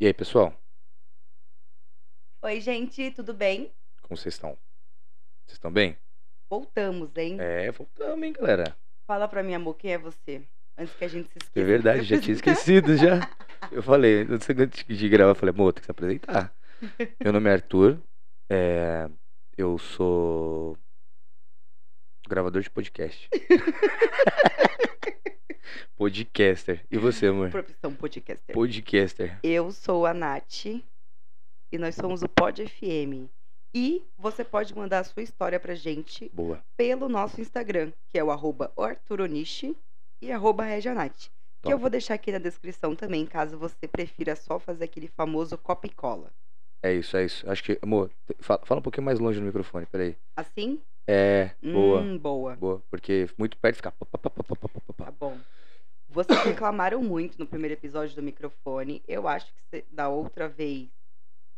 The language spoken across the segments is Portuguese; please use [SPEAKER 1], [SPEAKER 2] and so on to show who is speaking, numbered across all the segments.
[SPEAKER 1] E aí, pessoal,
[SPEAKER 2] Oi, gente, tudo bem?
[SPEAKER 1] como vocês estão? Vocês estão bem?
[SPEAKER 2] Voltamos, hein?
[SPEAKER 1] É, voltamos, hein, galera?
[SPEAKER 2] Fala pra mim, amor, quem é você? Antes que a gente se esqueça.
[SPEAKER 1] É
[SPEAKER 2] de
[SPEAKER 1] verdade,
[SPEAKER 2] se
[SPEAKER 1] já tinha
[SPEAKER 2] apresentar.
[SPEAKER 1] esquecido já. Eu falei, antes antes de gravar, eu falei, amor, tem que se apresentar. Meu nome é Arthur, é, eu sou gravador de podcast. Podcaster. E você, amor?
[SPEAKER 2] Profissão um podcaster.
[SPEAKER 1] Podcaster.
[SPEAKER 2] Eu sou a Nath e nós somos o Pod FM. E você pode mandar a sua história pra gente
[SPEAKER 1] Boa.
[SPEAKER 2] pelo nosso Instagram, que é o arroba o Arturonishi e arroba Regianat. Que eu
[SPEAKER 1] Top.
[SPEAKER 2] vou deixar aqui na descrição também, caso você prefira só fazer aquele famoso copy e cola.
[SPEAKER 1] É isso, é isso. Acho que, amor, te- fala, fala um pouquinho mais longe no microfone, peraí.
[SPEAKER 2] Assim?
[SPEAKER 1] É, boa,
[SPEAKER 2] Hum, boa.
[SPEAKER 1] boa. Porque muito perto fica. pá, pá, pá, pá, pá, pá, pá, pá.
[SPEAKER 2] Tá bom. Vocês reclamaram muito no primeiro episódio do microfone. Eu acho que cê- da outra vez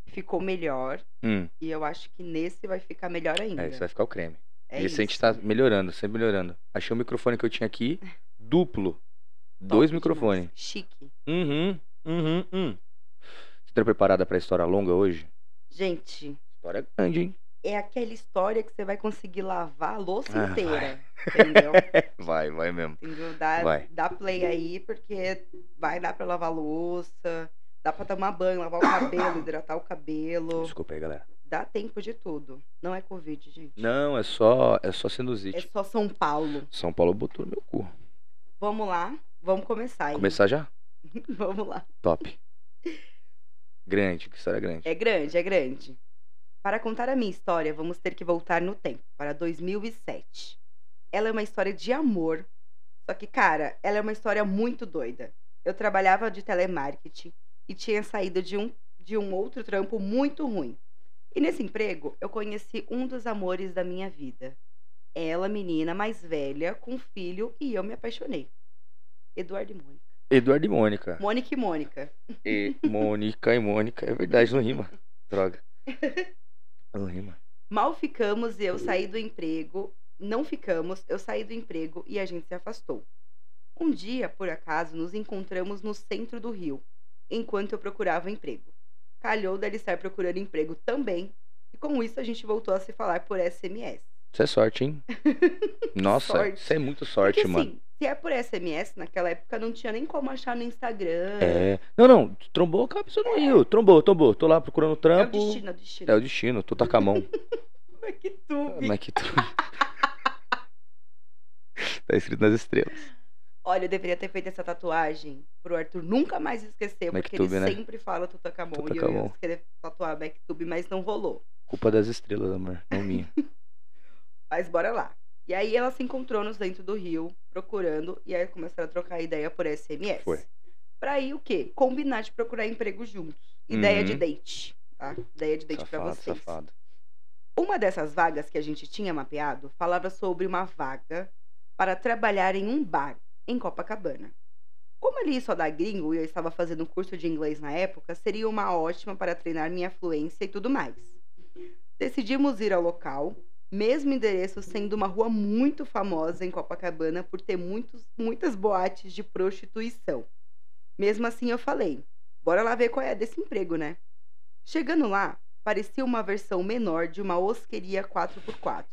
[SPEAKER 2] ficou melhor.
[SPEAKER 1] Hum,
[SPEAKER 2] E eu acho que nesse vai ficar melhor ainda.
[SPEAKER 1] é, isso vai ficar o creme.
[SPEAKER 2] É
[SPEAKER 1] Esse a gente
[SPEAKER 2] isso.
[SPEAKER 1] tá melhorando, sempre melhorando. Achei o microfone que eu tinha aqui, duplo.
[SPEAKER 2] Top
[SPEAKER 1] dois
[SPEAKER 2] demais.
[SPEAKER 1] microfones.
[SPEAKER 2] Chique.
[SPEAKER 1] Uhum, uhum, uhum. Você tá preparada pra história longa hoje?
[SPEAKER 2] Gente,
[SPEAKER 1] História grande, hein?
[SPEAKER 2] é aquela história que você vai conseguir lavar a louça
[SPEAKER 1] Ah,
[SPEAKER 2] inteira. Entendeu?
[SPEAKER 1] Vai, vai mesmo.
[SPEAKER 2] entendeu? Dá,
[SPEAKER 1] Vai.
[SPEAKER 2] dá play aí, porque vai dar pra lavar a louça. Dá pra tomar banho, lavar o cabelo, hidratar o cabelo.
[SPEAKER 1] Desculpa aí, galera.
[SPEAKER 2] Dá tempo de tudo. Não é Covid, gente.
[SPEAKER 1] Não, é só, é só
[SPEAKER 2] É
[SPEAKER 1] sinusite.
[SPEAKER 2] só São Paulo.
[SPEAKER 1] São Paulo botou no meu cu.
[SPEAKER 2] Vamos lá, vamos começar. hein?
[SPEAKER 1] Começar já?
[SPEAKER 2] Vamos lá.
[SPEAKER 1] Top. Grande, que história grande.
[SPEAKER 2] É grande, é grande. Para contar a minha história, vamos ter que voltar no tempo, para 2007. Ela é uma história de amor, só que, cara, ela é uma história muito doida. Eu trabalhava de telemarketing e tinha saído de um, de um outro trampo muito ruim. E nesse emprego, eu conheci um dos amores da minha vida. Ela, menina mais velha, com filho, e eu me apaixonei. Eduardo e Mônica.
[SPEAKER 1] Eduardo e Mônica.
[SPEAKER 2] Mônica e Mônica.
[SPEAKER 1] E Mônica e Mônica. É verdade, não rima. Droga. Não rima.
[SPEAKER 2] Mal ficamos e eu saí do emprego. Não ficamos, eu saí do emprego e a gente se afastou. Um dia, por acaso, nos encontramos no centro do Rio, enquanto eu procurava emprego. Calhou dela estar procurando emprego também, e com isso a gente voltou a se falar por SMS.
[SPEAKER 1] Isso é sorte, hein? Nossa,
[SPEAKER 2] Sorte.
[SPEAKER 1] isso é muito
[SPEAKER 2] Porque
[SPEAKER 1] sorte, mano.
[SPEAKER 2] assim, se é por SMS, naquela época não tinha nem como achar no Instagram.
[SPEAKER 1] É. Não, não. Trombou, cara, pessoa no Rio. Trombou, trombou. Tô lá procurando
[SPEAKER 2] É o
[SPEAKER 1] trampo.
[SPEAKER 2] destino, é o destino.
[SPEAKER 1] É o destino. Tô tacamão.
[SPEAKER 2] MacTube.
[SPEAKER 1] Mas que tudo. tá escrito nas estrelas.
[SPEAKER 2] Olha, eu deveria ter feito essa tatuagem pro Arthur nunca mais esquecer, porque
[SPEAKER 1] Backtube,
[SPEAKER 2] ele
[SPEAKER 1] né?
[SPEAKER 2] sempre fala Tutacamon e eu
[SPEAKER 1] Tutacamon.
[SPEAKER 2] ia querer tatuar Backtube, mas não rolou.
[SPEAKER 1] Culpa das estrelas, amor. Não minha.
[SPEAKER 2] Mas bora lá. E aí ela se encontrou no centro do Rio, procurando, e aí começaram a trocar ideia por SMS.
[SPEAKER 1] Foi.
[SPEAKER 2] Pra ir o quê? Combinar de procurar emprego juntos. Ideia de
[SPEAKER 1] Uhum.
[SPEAKER 2] date, tá? Ideia de date pra
[SPEAKER 1] safado,
[SPEAKER 2] vocês.
[SPEAKER 1] safado.
[SPEAKER 2] Uma dessas vagas que a gente tinha mapeado falava sobre uma vaga para trabalhar em um bar em Copacabana. Como ali só da gringo e eu estava fazendo um curso de inglês na época, seria uma ótima para treinar minha fluência e tudo mais. Decidimos ir ao local, mesmo endereço sendo uma rua muito famosa em Copacabana por ter muitos, muitas boates de prostituição. Mesmo assim, eu falei: bora lá ver qual é desse emprego, né? Chegando lá, parecia uma versão menor de uma osqueria 4x4.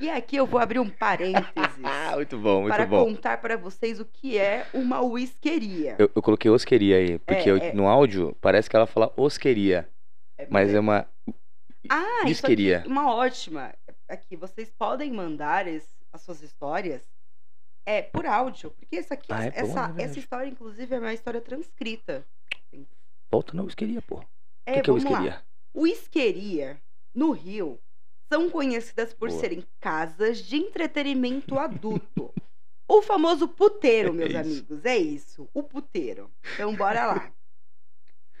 [SPEAKER 2] E aqui eu vou abrir um parênteses
[SPEAKER 1] Ah, muito bom, muito
[SPEAKER 2] para
[SPEAKER 1] bom.
[SPEAKER 2] contar para vocês o que é uma whiskeria.
[SPEAKER 1] Eu, eu coloquei osqueria aí, porque
[SPEAKER 2] É,
[SPEAKER 1] eu-
[SPEAKER 2] é.
[SPEAKER 1] no áudio parece que ela fala osqueria, mas é uma
[SPEAKER 2] Ah, isso aqui
[SPEAKER 1] isqueria.
[SPEAKER 2] é uma ótima. Aqui, vocês podem mandar es- as suas histórias é, por áudio, porque isso aqui,
[SPEAKER 1] Ah, é bom,
[SPEAKER 2] essa,
[SPEAKER 1] né, verdade?
[SPEAKER 2] essa história, inclusive, é uma história transcrita.
[SPEAKER 1] Volta na osqueria, pô. O
[SPEAKER 2] É,
[SPEAKER 1] que, que é
[SPEAKER 2] vamos lá.
[SPEAKER 1] osqueria?
[SPEAKER 2] Whiskeria, no Rio, são conhecidas por
[SPEAKER 1] Boa.
[SPEAKER 2] serem casas de entretenimento adulto. o famoso puteiro, meus
[SPEAKER 1] É isso.
[SPEAKER 2] amigos. É isso, o puteiro. Então, bora lá.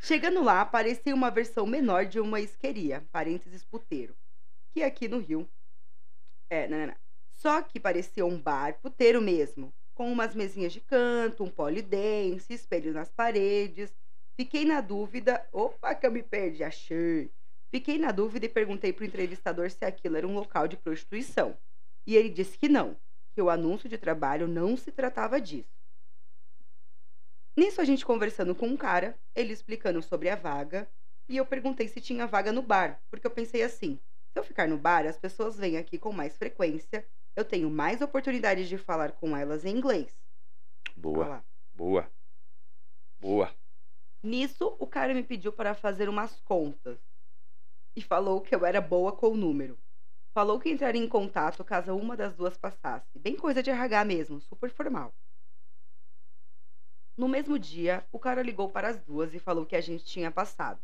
[SPEAKER 2] Chegando lá, apareceu uma versão menor de uma isqueria, parênteses puteiro, que é aqui no Rio. É, não, não, não. Só que parecia um bar puteiro mesmo, com umas mesinhas de canto, um polidense, espelho nas paredes. Fiquei na dúvida. Opa, que eu me perdi, achei. Fiquei na dúvida e perguntei pro entrevistador se aquilo era um local de prostituição. E ele disse que não, que o anúncio de trabalho não se tratava disso. Nisso a gente conversando com um cara, ele explicando sobre a vaga, e eu perguntei se tinha vaga no bar, porque eu pensei assim: se eu ficar no bar, as pessoas vêm aqui com mais frequência, eu tenho mais oportunidades de falar com elas em inglês.
[SPEAKER 1] Boa,
[SPEAKER 2] Olha lá.
[SPEAKER 1] boa. Boa.
[SPEAKER 2] Nisso, o cara me pediu para fazer umas contas e falou que eu era boa com o número. Falou que entraria em contato caso uma das duas passasse. Bem coisa de RH mesmo, super formal. No mesmo dia, o cara ligou para as duas e falou que a gente tinha passado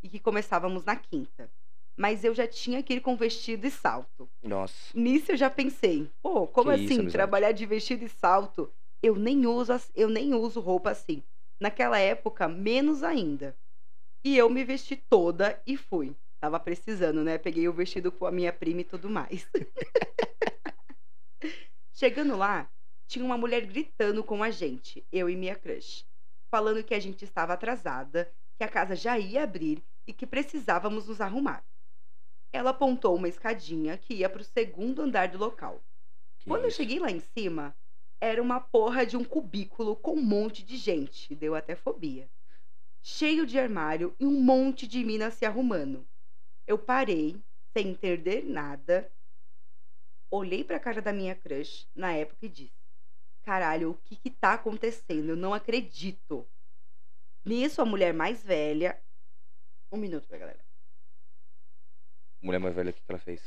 [SPEAKER 2] e que começávamos na quinta. Mas eu já tinha que ir com vestido e salto.
[SPEAKER 1] Nossa.
[SPEAKER 2] Nisso eu já pensei, pô, como
[SPEAKER 1] Que
[SPEAKER 2] assim
[SPEAKER 1] isso, é amizade?
[SPEAKER 2] trabalhar de vestido e salto? Eu nem uso, as- eu nem uso roupa assim. Naquela época, menos ainda. E eu me vesti toda e fui. Tava precisando, né? Peguei o vestido com a minha prima e tudo mais. Chegando lá, tinha uma mulher gritando com a gente, eu e minha crush, falando que a gente estava atrasada, que a casa já ia abrir e que precisávamos nos arrumar. Ela apontou uma escadinha que ia para o segundo andar do local.
[SPEAKER 1] que
[SPEAKER 2] Quando eu
[SPEAKER 1] isso.
[SPEAKER 2] cheguei lá em cima, era uma porra de um cubículo com um monte de gente, deu até fobia. Cheio de armário e um monte de mina se arrumando. Eu parei, sem entender nada, olhei pra cara da minha crush na época e disse: Caralho, o que que tá acontecendo? Eu não acredito. Nisso, a mulher mais velha. Um minuto, pra galera.
[SPEAKER 1] Mulher mais velha, o que, que ela fez?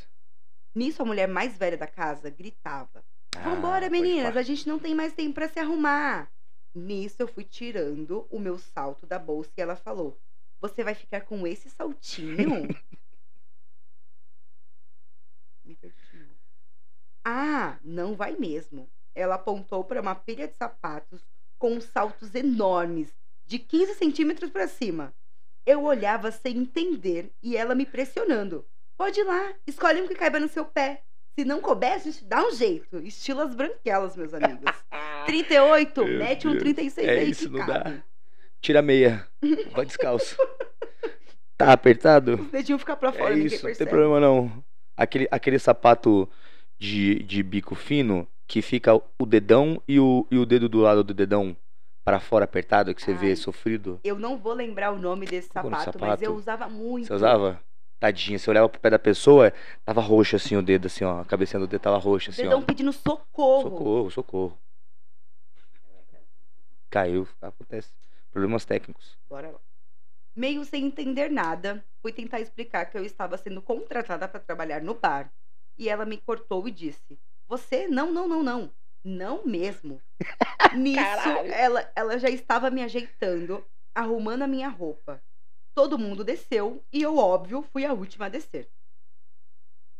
[SPEAKER 2] Nisso, a mulher mais velha da casa gritava:
[SPEAKER 1] Ah,
[SPEAKER 2] Vambora,
[SPEAKER 1] pode
[SPEAKER 2] meninas,
[SPEAKER 1] pá.
[SPEAKER 2] a gente não tem mais tempo pra se arrumar. Nisso eu fui tirando o meu salto da bolsa e ela falou: Você vai ficar com esse saltinho? Me perdi de novo. Ah, não vai mesmo. Ela apontou pra uma pilha de sapatos com saltos enormes, de 15 centímetros pra cima. Eu olhava sem entender e ela me pressionando. Pode ir lá, escolhe um que caiba no seu pé. Se não couber, a gente dá um jeito. Estilo as branquelas, meus amigos. 38,
[SPEAKER 1] Meu
[SPEAKER 2] mete um
[SPEAKER 1] Deus.
[SPEAKER 2] 36
[SPEAKER 1] É
[SPEAKER 2] aí
[SPEAKER 1] isso,
[SPEAKER 2] que
[SPEAKER 1] não
[SPEAKER 2] cabe.
[SPEAKER 1] dá. Tira a meia. Vai descalço. tá apertado?
[SPEAKER 2] Os dedinhos ficam pra fora,
[SPEAKER 1] é
[SPEAKER 2] ninguém
[SPEAKER 1] isso, não tem
[SPEAKER 2] percebe.
[SPEAKER 1] problema não. Aquele, aquele sapato de, de bico fino que fica o dedão e o, e o dedo do lado do dedão pra fora apertado, que você
[SPEAKER 2] Ai.
[SPEAKER 1] vê sofrido.
[SPEAKER 2] Eu não vou lembrar o nome desse
[SPEAKER 1] Qual que era o
[SPEAKER 2] sapato, mas
[SPEAKER 1] sapato?
[SPEAKER 2] eu usava muito.
[SPEAKER 1] Você usava? Tadinha, você olhava pro pé da pessoa, tava roxo assim o dedo, assim, ó. A cabecinha do dedo tava roxa, assim,
[SPEAKER 2] Dedão
[SPEAKER 1] ó.
[SPEAKER 2] pedindo socorro.
[SPEAKER 1] Socorro, socorro. Caiu, acontece. Problemas técnicos.
[SPEAKER 2] Bora lá. Meio sem entender nada, fui tentar explicar que eu estava sendo contratada para trabalhar no bar. E ela me cortou e disse: Você? Não, não, não, não. Não mesmo. Nisso,
[SPEAKER 1] Caralho.
[SPEAKER 2] ela, ela já estava me ajeitando, arrumando a minha roupa. Todo mundo desceu e eu, óbvio, fui a última a descer.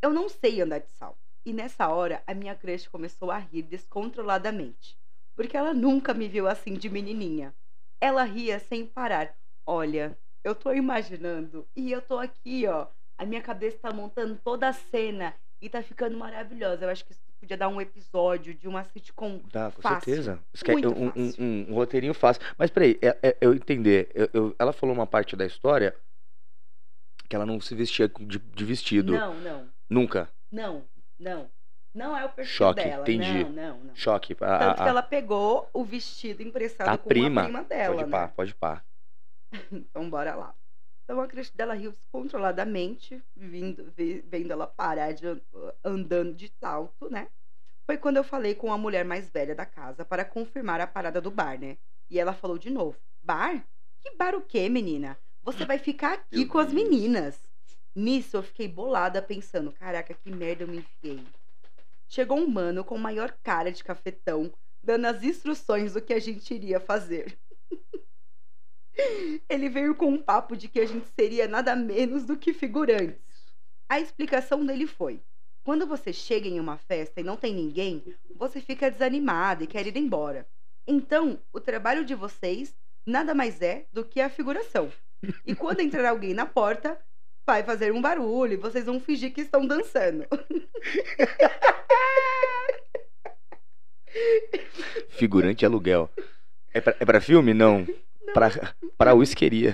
[SPEAKER 2] Eu não sei andar de salto. E nessa hora, a minha crush começou a rir descontroladamente. Porque ela nunca me viu assim de menininha. Ela ria sem parar. Olha, eu tô imaginando e eu tô aqui, ó. A minha cabeça tá montando toda a cena e tá ficando maravilhosa. Eu acho que isso podia dar um episódio de uma sitcom.
[SPEAKER 1] Dá, com
[SPEAKER 2] Fácil.
[SPEAKER 1] certeza. Esque-
[SPEAKER 2] Tá, Muito
[SPEAKER 1] um, um-
[SPEAKER 2] fácil.
[SPEAKER 1] um- um roteirinho fácil. Mas peraí, é- é- eu entender. eu- eu- ela falou uma parte da história que ela não se vestia com- de, de vestido.
[SPEAKER 2] Não, não,
[SPEAKER 1] Nunca.
[SPEAKER 2] não, não. Não é o perfil
[SPEAKER 1] Choque,
[SPEAKER 2] dela.
[SPEAKER 1] entendi.
[SPEAKER 2] Não, não, não.
[SPEAKER 1] Choque. A,
[SPEAKER 2] Tanto
[SPEAKER 1] a-
[SPEAKER 2] que
[SPEAKER 1] a-
[SPEAKER 2] ela pegou o vestido emprestado
[SPEAKER 1] Da
[SPEAKER 2] com
[SPEAKER 1] prima.
[SPEAKER 2] a prima dela,
[SPEAKER 1] Pode
[SPEAKER 2] né?
[SPEAKER 1] pá, pode pá.
[SPEAKER 2] Então, bora lá. Então, a crush dela riu descontroladamente, vindo- ve- vendo ela parar de an- andando de salto, né? Foi quando eu falei com a mulher mais velha da casa para confirmar a parada do bar, né? E ela falou de novo: Bar? Que bar o quê, menina? Você vai ficar aqui
[SPEAKER 1] Meu
[SPEAKER 2] com as
[SPEAKER 1] Deus.
[SPEAKER 2] meninas. Nisso, eu fiquei bolada, pensando: caraca, que merda eu me enfiei. Chegou um mano com maior cara de cafetão, dando as instruções do que a gente iria fazer. Ele veio com um papo de que a gente seria nada menos do que figurantes. A explicação dele foi: quando você chega em uma festa e não tem ninguém, você fica desanimado e quer ir embora. Então, o trabalho de vocês nada mais é do que a figuração. E quando entrar alguém na porta, vai fazer um barulho e vocês vão fingir que estão dançando.
[SPEAKER 1] Figurante e aluguel. É pra, é pra filme? Não. Pra, pra whiskeria.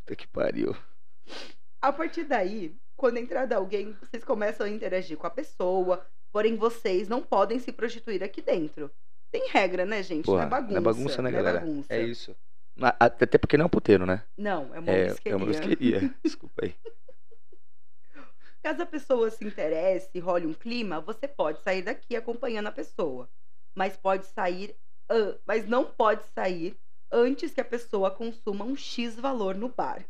[SPEAKER 1] Puta que pariu.
[SPEAKER 2] é A partir daí, quando entrar de alguém, vocês começam a interagir com a pessoa, porém vocês não podem se prostituir aqui dentro. Tem regra, né, gente?
[SPEAKER 1] Porra,
[SPEAKER 2] não é bagunça.
[SPEAKER 1] Não é bagunça, né, galera?
[SPEAKER 2] É bagunça.
[SPEAKER 1] É isso. Na- Até porque não é um puteiro, né?
[SPEAKER 2] Não, é uma
[SPEAKER 1] É,
[SPEAKER 2] whiskeria.
[SPEAKER 1] é uma mosqueria. Desculpa aí.
[SPEAKER 2] Caso a pessoa se interesse e role um clima, você pode sair daqui acompanhando a pessoa. Mas pode sair. an- Mas não pode sair antes que a pessoa consuma um X valor no bar.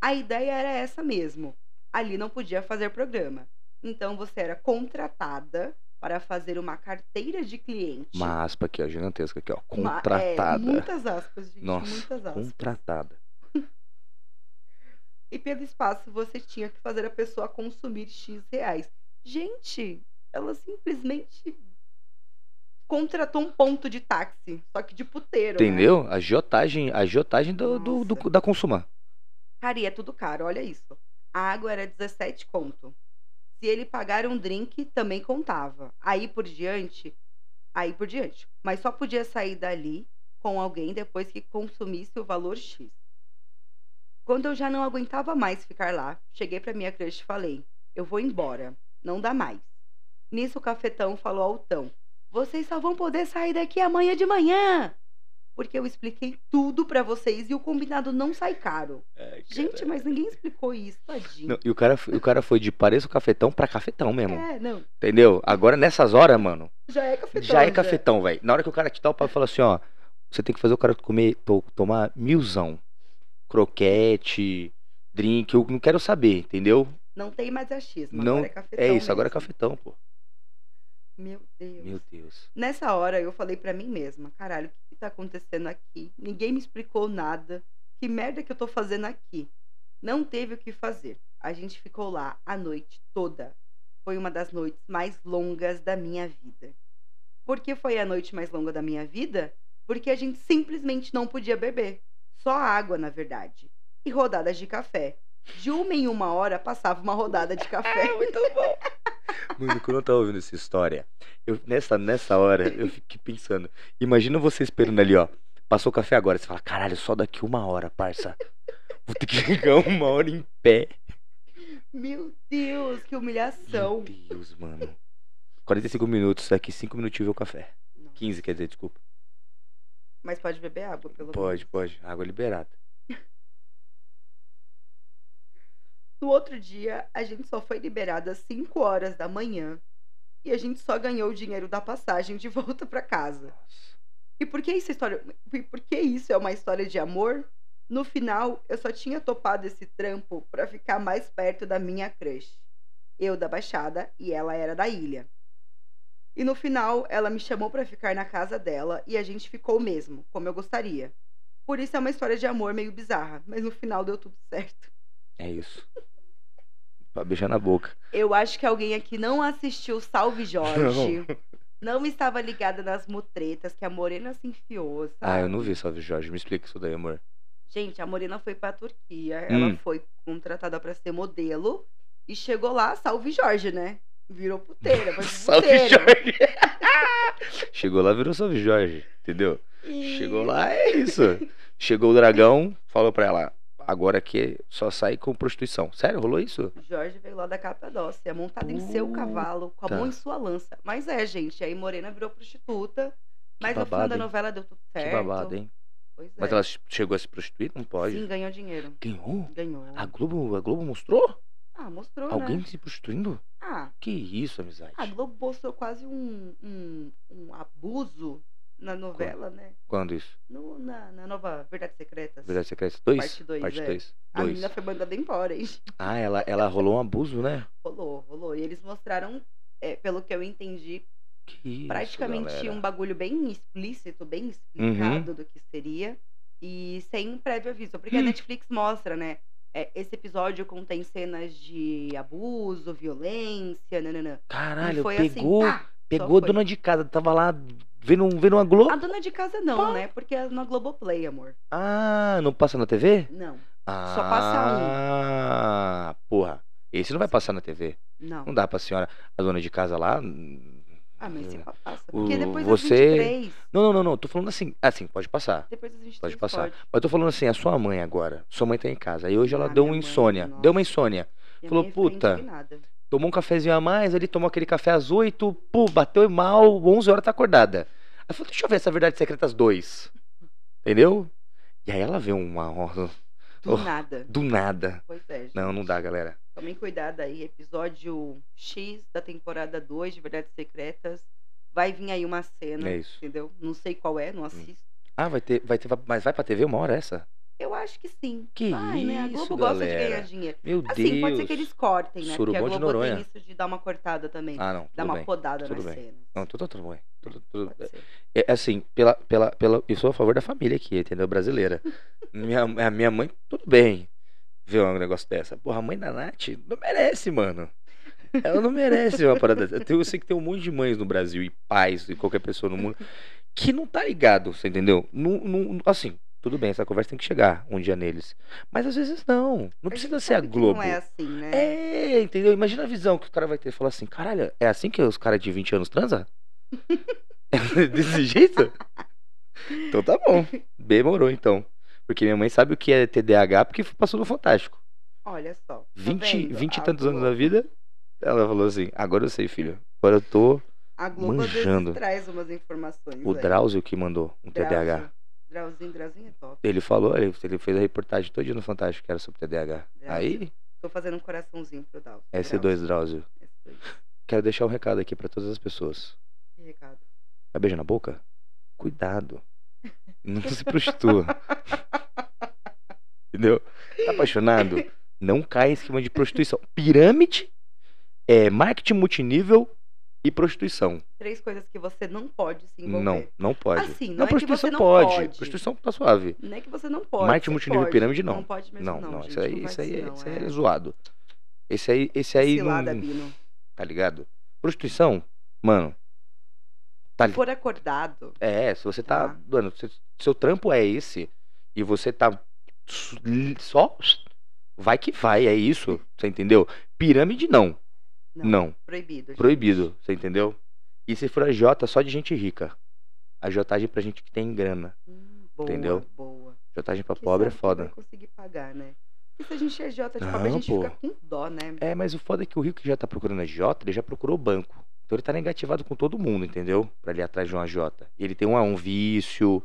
[SPEAKER 2] A ideia era essa mesmo. Ali não podia fazer programa. Então você era contratada para fazer uma carteira de cliente.
[SPEAKER 1] Uma aspa aqui, ó, gigantesca aqui, ó.
[SPEAKER 2] Uma- é,
[SPEAKER 1] Contratada.
[SPEAKER 2] muitas aspas, gente.
[SPEAKER 1] Nossa,
[SPEAKER 2] muitas aspas.
[SPEAKER 1] Contratada.
[SPEAKER 2] E pelo espaço você tinha que fazer a pessoa consumir X reais. Gente, ela simplesmente contratou um ponto de táxi, só que de puteiro. né?
[SPEAKER 1] Entendeu? A giotagem, a giotagem do, do- do-
[SPEAKER 2] Nossa.
[SPEAKER 1] da consuma.
[SPEAKER 2] Cara, e é tudo caro, olha isso. A água era 17 conto. Se ele pagar um drink, também contava. Aí por diante, aí por diante. Mas só podia sair dali com alguém depois que consumisse o valor X. Quando eu já não aguentava mais ficar lá, cheguei pra minha crush e falei: Eu vou embora, não dá mais. Nisso o cafetão falou ao Tão: Vocês só vão poder sair daqui amanhã de manhã! Porque eu expliquei tudo pra vocês e o combinado não sai caro. Gente, mas ninguém explicou isso, tadinho.
[SPEAKER 1] Não, e o cara, o cara foi de pareça o cafetão pra cafetão mesmo.
[SPEAKER 2] É, não.
[SPEAKER 1] Entendeu? Agora, nessas horas, mano,
[SPEAKER 2] Já é cafetão.
[SPEAKER 1] já é cafetão, velho. Na hora que o cara te dá o papo, fala assim, ó. Você tem que fazer o cara comer, to- tomar milzão. Croquete, drink, eu não quero saber, entendeu?
[SPEAKER 2] Não tem mais achismo.
[SPEAKER 1] Não,
[SPEAKER 2] agora é cafetão.
[SPEAKER 1] é isso, agora é
[SPEAKER 2] mesmo.
[SPEAKER 1] cafetão, pô.
[SPEAKER 2] Meu Deus.
[SPEAKER 1] Meu Deus.
[SPEAKER 2] Nessa hora eu falei pra mim mesma: caralho, o que, que tá acontecendo aqui? Ninguém me explicou nada. Que merda que eu tô fazendo aqui? Não teve o que fazer. A gente ficou lá a noite toda. Foi uma das noites mais longas da minha vida. Por que foi a noite mais longa da minha vida? Porque a gente simplesmente não podia beber. Só água, na verdade. E rodadas de café. De uma em uma hora passava uma rodada de café.
[SPEAKER 1] É, muito bom. Mano, quando eu tava ouvindo essa história, eu, nessa, nessa hora eu fiquei pensando. Imagina você esperando ali, ó. Passou o café agora. Você fala, caralho, só daqui uma hora, parça. Vou ter que ficar uma hora em pé.
[SPEAKER 2] Meu Deus, que
[SPEAKER 1] Meu
[SPEAKER 2] humilhação.
[SPEAKER 1] Deus, mano. 45 minutos, daqui 5 minutinhos eu o café. 15, quer dizer, desculpa.
[SPEAKER 2] Mas pode beber água, pelo
[SPEAKER 1] Pode,
[SPEAKER 2] menos.
[SPEAKER 1] pode. Água liberada.
[SPEAKER 2] No outro dia, a gente só foi liberada às 5 horas da manhã e a gente só ganhou o dinheiro da passagem de volta pra casa.
[SPEAKER 1] Nossa.
[SPEAKER 2] E por que essa história? E por que isso é uma história de amor? No final, eu só tinha topado esse trampo pra ficar mais perto da minha crush. Eu da Baixada e ela era da ilha. E no final, ela me chamou pra ficar na casa dela e a gente ficou mesmo, como eu gostaria. Por isso é uma história de amor meio bizarra, mas no final deu tudo certo.
[SPEAKER 1] É isso. Pra beijar na boca.
[SPEAKER 2] Eu acho que alguém aqui não assistiu Salve Jorge. Não, estava ligada nas mutretas que a Morena se enfiou, sabe?
[SPEAKER 1] Ah, eu não vi, salve Jorge. Me explica isso daí, amor.
[SPEAKER 2] Gente, a Morena foi pra Turquia.
[SPEAKER 1] Hum.
[SPEAKER 2] Ela foi contratada pra ser modelo e chegou lá, salve Jorge, né? Virou puteira, foi
[SPEAKER 1] Salve Jorge. Chegou lá, virou Salve Jorge, entendeu?
[SPEAKER 2] E...
[SPEAKER 1] Chegou lá, é isso. Chegou o dragão, falou pra ela, agora que só sai com prostituição. Sério, rolou isso?
[SPEAKER 2] Jorge veio lá da Capadócia, é montado em seu
[SPEAKER 1] Puta.
[SPEAKER 2] cavalo, com a
[SPEAKER 1] tá.
[SPEAKER 2] mão em sua lança. Mas é, gente, aí Morena virou prostituta. Mas no final
[SPEAKER 1] babado,
[SPEAKER 2] da
[SPEAKER 1] hein?
[SPEAKER 2] novela deu tudo certo.
[SPEAKER 1] Que babado, hein?
[SPEAKER 2] Pois é.
[SPEAKER 1] Mas ela chegou a se prostituir? Não pode.
[SPEAKER 2] Sim, ganhou dinheiro.
[SPEAKER 1] Ganhou?
[SPEAKER 2] Ganhou.
[SPEAKER 1] A Globo, a Globo mostrou?
[SPEAKER 2] Ah, mostrou, né?
[SPEAKER 1] Alguém se prostituindo?
[SPEAKER 2] Ah,
[SPEAKER 1] Que isso, amizade.
[SPEAKER 2] a Globo mostrou quase um, um, um abuso na novela, né?
[SPEAKER 1] Quando isso?
[SPEAKER 2] No, na, na nova Verdades Secretas.
[SPEAKER 1] Verdade Secreta 2?
[SPEAKER 2] Parte dois,
[SPEAKER 1] Parte
[SPEAKER 2] é.
[SPEAKER 1] 2.
[SPEAKER 2] A menina foi mandada embora, hein?
[SPEAKER 1] Ah, ela, ela rolou um abuso, né?
[SPEAKER 2] Rolou, rolou. E eles mostraram, é, pelo que eu entendi,
[SPEAKER 1] Que isso,
[SPEAKER 2] praticamente
[SPEAKER 1] galera. Uhum.
[SPEAKER 2] um bagulho bem explícito, bem explicado do que seria. E sem prévio aviso. Porque a
[SPEAKER 1] Hum.
[SPEAKER 2] Netflix mostra, né? é, esse episódio contém cenas de abuso, violência, nananã. e
[SPEAKER 1] Caralho,
[SPEAKER 2] foi
[SPEAKER 1] pegou,
[SPEAKER 2] assim, pá,
[SPEAKER 1] pegou a
[SPEAKER 2] foi. Ah.
[SPEAKER 1] dona de casa, tava lá vendo, um- vendo uma Globo.
[SPEAKER 2] A dona de casa não, né? Porque é na Globoplay, amor.
[SPEAKER 1] Ah, não passa na TV?
[SPEAKER 2] Não,
[SPEAKER 1] Ah,
[SPEAKER 2] Só passa um.
[SPEAKER 1] Ah, porra. Esse não vai passar na TV.
[SPEAKER 2] não.
[SPEAKER 1] Não dá pra senhora, a dona de casa lá. hum,
[SPEAKER 2] Ah, mas se
[SPEAKER 1] Não,
[SPEAKER 2] passa.
[SPEAKER 1] O-
[SPEAKER 2] Porque depois
[SPEAKER 1] você-
[SPEAKER 2] das 23...
[SPEAKER 1] não, não, não. Tô falando assim. Assim, pode passar.
[SPEAKER 2] Depois das 23
[SPEAKER 1] Pode passar. Mas tô falando assim, a sua mãe agora. Sua mãe tá em casa. Aí hoje ela
[SPEAKER 2] Ah,
[SPEAKER 1] deu uma
[SPEAKER 2] minha mãe,
[SPEAKER 1] insônia.
[SPEAKER 2] nossa.
[SPEAKER 1] Deu uma insônia.
[SPEAKER 2] Minha
[SPEAKER 1] Falou,
[SPEAKER 2] mãe foi
[SPEAKER 1] "Puta."
[SPEAKER 2] indignada.
[SPEAKER 1] Tomou um cafezinho a mais, ele tomou aquele café às 8, pô, bateu mal, 11 horas tá acordada. Ela falou, deixa eu ver essa Verdades Secretas 2. Entendeu? E aí ela vê uma. uma-
[SPEAKER 2] Do
[SPEAKER 1] Oh.
[SPEAKER 2] nada.
[SPEAKER 1] Do nada.
[SPEAKER 2] Pois é, gente.
[SPEAKER 1] Não, não dá, galera.
[SPEAKER 2] Tomem cuidado aí. Episódio X da temporada 2 de Verdades Secretas. Vai vir aí uma cena.
[SPEAKER 1] É isso.
[SPEAKER 2] Entendeu? Não sei qual é, não assisto.
[SPEAKER 1] Ah, vai ter, vai ter. Mas vai pra TV uma hora essa?
[SPEAKER 2] Eu acho que sim.
[SPEAKER 1] Que
[SPEAKER 2] Vai,
[SPEAKER 1] isso,
[SPEAKER 2] né? A Globo gosta de
[SPEAKER 1] galera.
[SPEAKER 2] ganhar dinheiro.
[SPEAKER 1] Meu Deus.
[SPEAKER 2] Assim, pode ser que eles cortem, né?
[SPEAKER 1] Surubão de
[SPEAKER 2] Porque a Globo
[SPEAKER 1] Noronha.
[SPEAKER 2] tem isso de dar uma cortada também.
[SPEAKER 1] Ah, não.
[SPEAKER 2] dar
[SPEAKER 1] Tudo
[SPEAKER 2] uma
[SPEAKER 1] bem.
[SPEAKER 2] podada
[SPEAKER 1] tudo
[SPEAKER 2] nas
[SPEAKER 1] bem.
[SPEAKER 2] cenas.
[SPEAKER 1] Não, tudo, tudo bem. Tudo, tudo-
[SPEAKER 2] Pode ser.
[SPEAKER 1] É, assim, pela, pela, pela. Eu sou a favor da família aqui, entendeu? Brasileira. minha, a minha mãe, tudo bem. Ver um negócio dessa. Porra, a mãe da Nath não merece, mano. Ela não merece uma parada dessa. Eu tenho- Eu sei que tem um monte de mães no Brasil e pais e qualquer pessoa no mundo que não tá ligado, você entendeu? Não, não- assim, tudo bem, essa conversa tem que chegar um dia neles. Mas às vezes não. Não precisa
[SPEAKER 2] gente
[SPEAKER 1] ser a
[SPEAKER 2] sabe que
[SPEAKER 1] Globo.
[SPEAKER 2] Não é assim, né?
[SPEAKER 1] É, entendeu? Imagina a visão que o cara vai ter. Falar assim, caralho, é assim que os caras de 20 anos transam? É Desse jeito? Então tá bom. Demorou, então. Porque minha mãe sabe o que é TDAH porque passou no Fantástico.
[SPEAKER 2] Olha só. tá
[SPEAKER 1] 20,
[SPEAKER 2] vendo?
[SPEAKER 1] 20 e
[SPEAKER 2] A
[SPEAKER 1] tantos anos da
[SPEAKER 2] Globo-
[SPEAKER 1] vida, ela falou assim, agora eu sei, filho. Agora eu tô...
[SPEAKER 2] A Globo às vezes
[SPEAKER 1] manjando.
[SPEAKER 2] traz umas informações.
[SPEAKER 1] O
[SPEAKER 2] aí.
[SPEAKER 1] Drauzio que mandou um TDAH.
[SPEAKER 2] Drauzio. Drauzinho, Drauzinho é top.
[SPEAKER 1] Ele falou, ele ele fez a reportagem todo dia no Fantástico que era sobre TDAH. Aí,
[SPEAKER 2] Tô fazendo um coraçãozinho pro Drauzio.
[SPEAKER 1] S2 Drauzio.
[SPEAKER 2] Drauzio, S2.
[SPEAKER 1] Quero deixar um recado aqui pra todas as pessoas.
[SPEAKER 2] Que recado.
[SPEAKER 1] Vai beijar na boca? Cuidado. Não se prostitua. Entendeu? Tá apaixonado? Não cai em esquema de prostituição. Pirâmide, é, marketing multinível e prostituição.
[SPEAKER 2] Três coisas que você não pode se envolver.
[SPEAKER 1] Não, não pode.
[SPEAKER 2] Assim, não
[SPEAKER 1] não,
[SPEAKER 2] é que
[SPEAKER 1] prostituição
[SPEAKER 2] você não
[SPEAKER 1] pode.
[SPEAKER 2] pode.
[SPEAKER 1] Prostituição tá suave.
[SPEAKER 2] Não é que você não pode.
[SPEAKER 1] Marketing
[SPEAKER 2] você
[SPEAKER 1] multinível e
[SPEAKER 2] pode.
[SPEAKER 1] pirâmide, não.
[SPEAKER 2] Não pode mesmo,
[SPEAKER 1] Não,
[SPEAKER 2] não.
[SPEAKER 1] não,
[SPEAKER 2] gente,
[SPEAKER 1] isso aí,
[SPEAKER 2] não
[SPEAKER 1] isso aí, é-
[SPEAKER 2] não,
[SPEAKER 1] isso aí é zoado. Esse aí, esse aí não,
[SPEAKER 2] Cilada, Bino.
[SPEAKER 1] tá ligado? Prostituição, mano. Tá,
[SPEAKER 2] Se for acordado,
[SPEAKER 1] É, se você tá.
[SPEAKER 2] Tá.
[SPEAKER 1] Mano, se- seu trampo é esse e você tá su- li- só. Vai que vai, é isso. Você entendeu? Pirâmide não.
[SPEAKER 2] não.
[SPEAKER 1] Não.
[SPEAKER 2] Proibido. gente.
[SPEAKER 1] Proibido. Você entendeu? E se for agiota, só de gente rica. Agiotagem pra gente que tem grana.
[SPEAKER 2] Hum, boa,
[SPEAKER 1] Entendeu?
[SPEAKER 2] Boa.
[SPEAKER 1] Agiotagem pra
[SPEAKER 2] Que
[SPEAKER 1] pobre é
[SPEAKER 2] sabe que
[SPEAKER 1] foda.
[SPEAKER 2] Vai conseguir pagar, né? Porque se a gente é Jota de pobre, a
[SPEAKER 1] Não,
[SPEAKER 2] gente
[SPEAKER 1] pô.
[SPEAKER 2] fica com dó, né?
[SPEAKER 1] É, mas o foda é que o rico que já tá procurando a Jota, ele já procurou o banco. Então ele tá negativado com todo mundo, entendeu? Pra ele ir atrás de uma Jota. Ele tem um, um vício,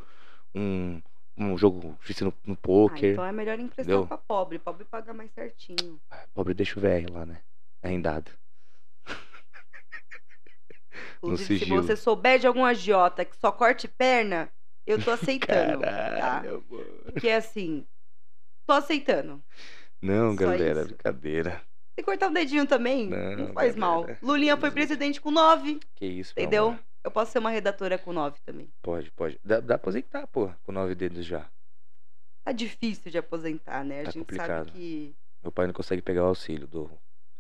[SPEAKER 1] um, um jogo difícil no, no
[SPEAKER 2] Ah,
[SPEAKER 1] poker.
[SPEAKER 2] então é melhor emprestar
[SPEAKER 1] Entendeu?
[SPEAKER 2] pra pobre. Pobre paga mais certinho.
[SPEAKER 1] Pobre deixa o VR lá, né? Arrendado.
[SPEAKER 2] Inclusive, se
[SPEAKER 1] sigilo.
[SPEAKER 2] você souber de algum agiota que só corte perna, eu tô aceitando. tá?
[SPEAKER 1] Caralho, mano.
[SPEAKER 2] Porque assim, tô aceitando.
[SPEAKER 1] Não,
[SPEAKER 2] Só
[SPEAKER 1] galera,
[SPEAKER 2] isso.
[SPEAKER 1] brincadeira.
[SPEAKER 2] Se cortar um dedinho também, não,
[SPEAKER 1] Não, é,
[SPEAKER 2] faz mal.
[SPEAKER 1] galera.
[SPEAKER 2] Lulinha foi presidente com nove,
[SPEAKER 1] Que isso, meu
[SPEAKER 2] entendeu?
[SPEAKER 1] amor.
[SPEAKER 2] Eu posso ser uma redatora com nove também.
[SPEAKER 1] Pode, pode. Dá, dá pra aposentar, pô, com nove dedos já.
[SPEAKER 2] Tá difícil de aposentar, né? A
[SPEAKER 1] Tá
[SPEAKER 2] gente
[SPEAKER 1] complicado.
[SPEAKER 2] sabe que.
[SPEAKER 1] Meu pai não consegue pegar o auxílio do.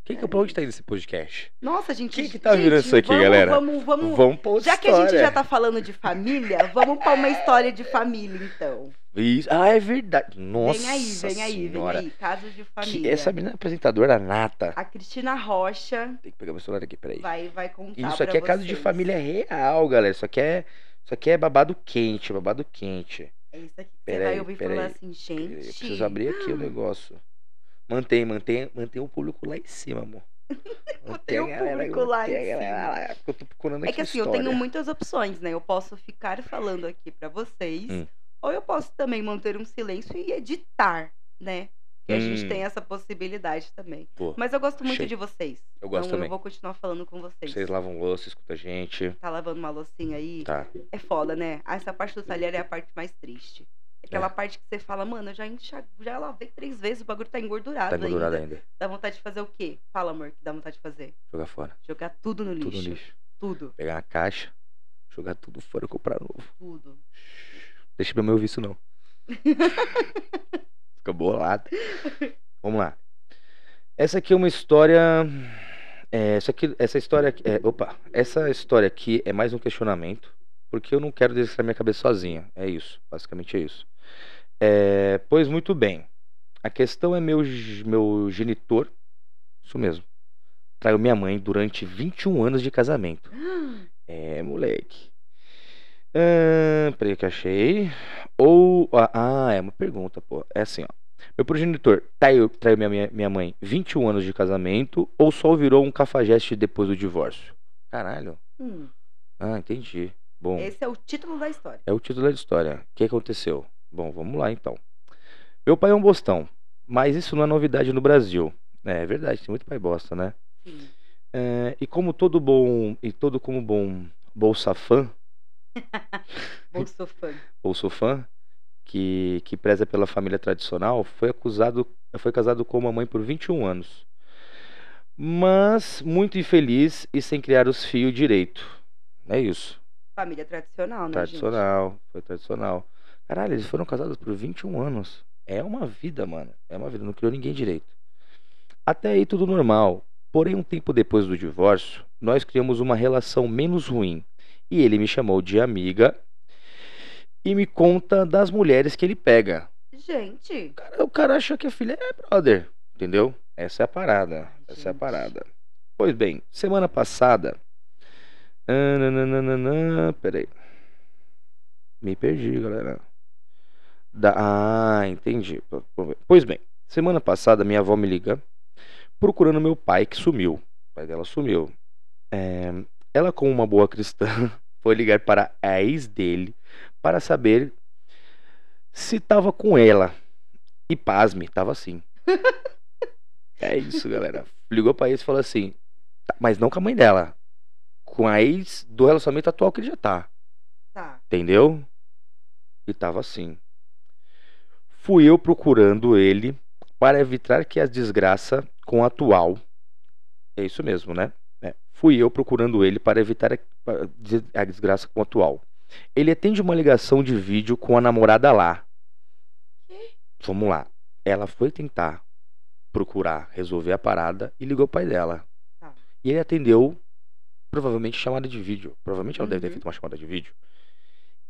[SPEAKER 1] Quem que
[SPEAKER 2] É.
[SPEAKER 1] pra onde tá indo esse podcast?
[SPEAKER 2] Nossa, gente.
[SPEAKER 1] Quem que tá
[SPEAKER 2] gente,
[SPEAKER 1] virando isso aqui,
[SPEAKER 2] vamos,
[SPEAKER 1] galera?
[SPEAKER 2] Vamos, vamos,
[SPEAKER 1] Vamos né? pra outra
[SPEAKER 2] Já que a gente
[SPEAKER 1] história.
[SPEAKER 2] já tá falando de família, vamos pra uma história de família, então.
[SPEAKER 1] Isso- Ah, é verdade. Nossa.
[SPEAKER 2] vem aí, vem aí,
[SPEAKER 1] senhora.
[SPEAKER 2] vem aí. Casos de
[SPEAKER 1] Que
[SPEAKER 2] família.
[SPEAKER 1] essa menina é apresentadora nata.
[SPEAKER 2] A Cristina Rocha
[SPEAKER 1] Tem que pegar meu celular aqui, peraí.
[SPEAKER 2] vai, vai contar.
[SPEAKER 1] Isso
[SPEAKER 2] pra
[SPEAKER 1] aqui é caso de
[SPEAKER 2] vocês.
[SPEAKER 1] família real, galera. Isso aqui é, isso aqui é babado quente, babado quente.
[SPEAKER 2] É isso aqui que você
[SPEAKER 1] Peraí,
[SPEAKER 2] vai ouvir falar
[SPEAKER 1] peraí.
[SPEAKER 2] assim,
[SPEAKER 1] Eu
[SPEAKER 2] gente.
[SPEAKER 1] preciso abrir aqui o negócio. Mantém, mantém, mantém o público lá em cima, amor.
[SPEAKER 2] Mantém o público lá
[SPEAKER 1] mantém
[SPEAKER 2] em
[SPEAKER 1] a galera lá, porque eu tô procurando
[SPEAKER 2] É
[SPEAKER 1] aqui
[SPEAKER 2] que assim, eu
[SPEAKER 1] história.
[SPEAKER 2] tenho muitas opções, né? Eu posso ficar falando aqui pra vocês,
[SPEAKER 1] Hum.
[SPEAKER 2] ou eu posso também manter um silêncio e editar, né? Que a gente
[SPEAKER 1] Hum.
[SPEAKER 2] tem essa possibilidade também.
[SPEAKER 1] Pô,
[SPEAKER 2] Mas eu gosto muito
[SPEAKER 1] Achei.
[SPEAKER 2] de vocês.
[SPEAKER 1] Eu gosto
[SPEAKER 2] então
[SPEAKER 1] também.
[SPEAKER 2] eu vou continuar falando com vocês.
[SPEAKER 1] Vocês lavam louça, escuta a gente.
[SPEAKER 2] Tá lavando uma loucinha aí?
[SPEAKER 1] Tá.
[SPEAKER 2] É foda, né? Ah, Essa parte do talher é a parte mais triste. Aquela
[SPEAKER 1] É.
[SPEAKER 2] parte que você fala, mano, eu já, enxag... já lavei três vezes, o bagulho tá engordurado,
[SPEAKER 1] Tá engordurado
[SPEAKER 2] ainda.
[SPEAKER 1] ainda.
[SPEAKER 2] Dá vontade de fazer o quê? Fala, amor, que dá vontade de fazer.
[SPEAKER 1] Jogar fora.
[SPEAKER 2] Jogar tudo no lixo.
[SPEAKER 1] Tudo no lixo.
[SPEAKER 2] Tudo,
[SPEAKER 1] Pegar na caixa, jogar tudo fora e comprar novo.
[SPEAKER 2] tudo.
[SPEAKER 1] Deixa pra mim ouvir isso, não. Fica bolado. Vamos lá. Essa aqui é uma história. é, essa, aqui, essa história. aqui- é, opa, essa história aqui é mais um questionamento. Porque eu não quero deixar minha cabeça sozinha. É isso. Basicamente é isso. É, pois muito bem. A questão é meu, ge- meu genitor. Isso mesmo. Traiu minha mãe durante 21 anos de casamento.
[SPEAKER 2] Hum,
[SPEAKER 1] É, moleque. Ahn, peraí que eu achei. Ou. Ah, ah, é uma pergunta, pô. É assim, ó. Meu progenitor traiu, traiu minha, minha, minha mãe 21 anos de casamento ou só virou um cafajeste depois do divórcio? Caralho.
[SPEAKER 2] Hum,
[SPEAKER 1] Ah, entendi. Bom,
[SPEAKER 2] Esse é o título da história.
[SPEAKER 1] é o título da história. O que aconteceu? Bom, vamos lá então. Meu pai é um bostão, mas isso não é novidade no Brasil. É, é verdade, tem muito pai bosta, né?
[SPEAKER 2] Sim.
[SPEAKER 1] É, e como todo bom e todo como bom bolsa fã
[SPEAKER 2] Bolso fã.
[SPEAKER 1] bolso fã que que preza pela família tradicional foi acusado foi casado com uma mãe por 21 anos mas muito infeliz e sem criar os fios direito é isso
[SPEAKER 2] Família tradicional, né,
[SPEAKER 1] tradicional foi tradicional caralho eles foram casados por 21 anos é uma vida mano é uma vida não criou ninguém direito até aí tudo normal porém um tempo depois do divórcio nós criamos uma relação menos ruim e ele me chamou de amiga e me conta das mulheres que ele pega.
[SPEAKER 2] gente? Gente,
[SPEAKER 1] O cara, o cara acha que a filha é brother, entendeu? Essa é a parada.
[SPEAKER 2] Ai,
[SPEAKER 1] Essa é a
[SPEAKER 2] gente.
[SPEAKER 1] parada. Pois bem, semana passada. Ah, nananana, peraí. Me perdi, galera. Da- Ah, entendi. P- p- Pois bem, semana passada minha avó me liga procurando meu pai que sumiu. O pai dela sumiu. É, Ela, como uma boa cristã, foi ligar para a ex dele para saber se estava com ela. E pasme, estava sim. é isso, galera. Ligou para ex e falou assim: "Tá, mas não com a mãe dela. Com a ex do relacionamento atual que ele já tá.
[SPEAKER 2] tá.
[SPEAKER 1] Entendeu? E tava assim. Fui eu procurando ele para evitar que as desgraça com a atual. É isso mesmo, né? É. Fui eu procurando ele para evitar a, para des- a desgraça com a atual. Ele atende uma ligação de vídeo com a namorada lá. Vamos lá. Ela foi tentar procurar resolver a parada e ligou o pai dela.
[SPEAKER 2] Tá.
[SPEAKER 1] E ele atendeu, provavelmente, chamada de vídeo. Provavelmente ela deve ter
[SPEAKER 2] Uhum.
[SPEAKER 1] feito uma chamada de vídeo.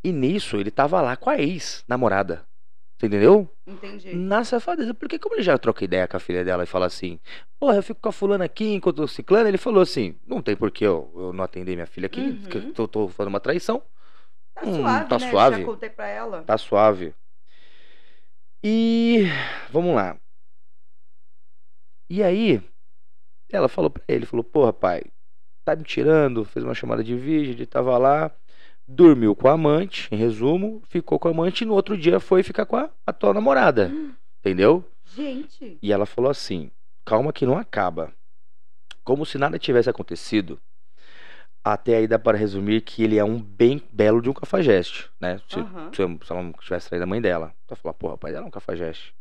[SPEAKER 1] E nisso ele tava lá com a ex-namorada. Você entendeu?
[SPEAKER 2] Entendi.
[SPEAKER 1] Na safadeza. Porque como ele já troca ideia com a filha dela e fala assim, porra, eu fico com a fulana aqui enquanto eu ciclano, ele falou assim, não tem porquê eu, eu não atender minha filha aqui,
[SPEAKER 2] Uhum.
[SPEAKER 1] que eu tô, tô fazendo uma traição,
[SPEAKER 2] Tá
[SPEAKER 1] hum,
[SPEAKER 2] suave,
[SPEAKER 1] tá
[SPEAKER 2] né?
[SPEAKER 1] suave.
[SPEAKER 2] Já contei pra ela.
[SPEAKER 1] tá suave. E vamos lá. E aí, ela falou pra ele, falou, porra, pai, tá me tirando, fez uma chamada de vídeo, ele tava lá, dormiu com a amante, em resumo, ficou com a amante e no outro dia foi ficar com a, a tua namorada,
[SPEAKER 2] Hum,
[SPEAKER 1] entendeu?
[SPEAKER 2] Gente,
[SPEAKER 1] E ela falou assim: calma que não acaba. Como se nada tivesse acontecido. Até aí dá para resumir que ele é um bem belo de um cafajeste, né? Se,
[SPEAKER 2] Aham.
[SPEAKER 1] se- se ela não tivesse traído a mãe dela. Ela falar, porra, rapaz, ela é um cafajeste.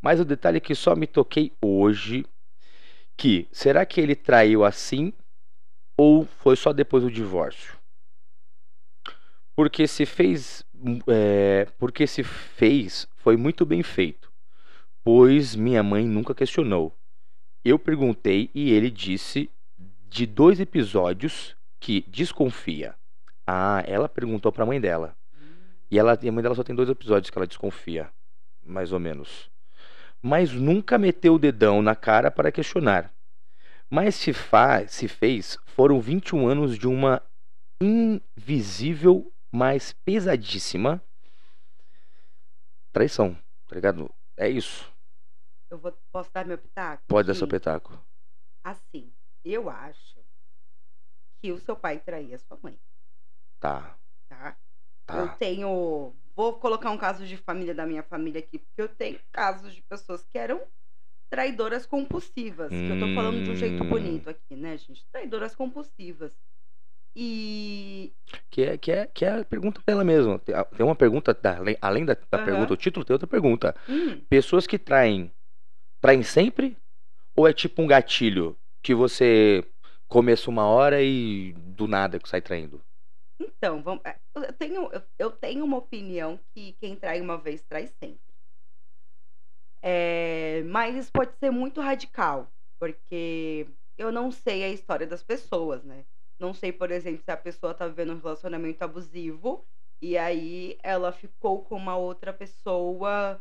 [SPEAKER 1] Mas o detalhe é que só me toquei hoje que será que ele traiu assim ou foi só depois do divórcio? Porque se fez, hum, é, porque se fez, foi muito bem feito pois minha mãe nunca questionou. Eu perguntei e ele disse de dois episódios que desconfia. Ah, ela perguntou pra mãe dela. E ela, e a mãe dela só tem dois episódios que ela desconfia, mais ou menos. Mas nunca meteu o dedão na cara para questionar. Mas se, fa se fez, foram 21 anos de uma invisível, mas pesadíssima traição, tá ligado? É isso.
[SPEAKER 2] eu vou, posso dar meu pitaco?
[SPEAKER 1] Pode dar
[SPEAKER 2] Sim.
[SPEAKER 1] seu petaco.
[SPEAKER 2] Assim, eu acho que o seu pai traía a sua mãe,
[SPEAKER 1] Tá,
[SPEAKER 2] tá? Eu
[SPEAKER 1] tá.
[SPEAKER 2] tenho. Vou colocar um caso de família da minha família aqui, porque eu tenho casos de pessoas que eram traidoras compulsivas. Que eu tô falando de um jeito
[SPEAKER 1] Hum.
[SPEAKER 2] bonito aqui, né, gente? Traidoras compulsivas. E.
[SPEAKER 1] Que é, que, é, que é a pergunta dela mesma. Tem a- tem uma pergunta, da- além- além da, da
[SPEAKER 2] Aham.
[SPEAKER 1] pergunta, o título tem outra pergunta.
[SPEAKER 2] Hum,
[SPEAKER 1] Pessoas que traem, traem sempre? Ou é tipo um gatilho que você começa uma hora e do nada que sai traindo?
[SPEAKER 2] então, vamos. é, Eu tenho, eu- eu tenho uma opinião que quem trai uma vez trai sempre. É, mas isso pode ser muito radical, porque eu não sei a história das pessoas, né? Não sei, por exemplo, se a pessoa tá vivendo um relacionamento abusivo e aí ela ficou com uma outra pessoa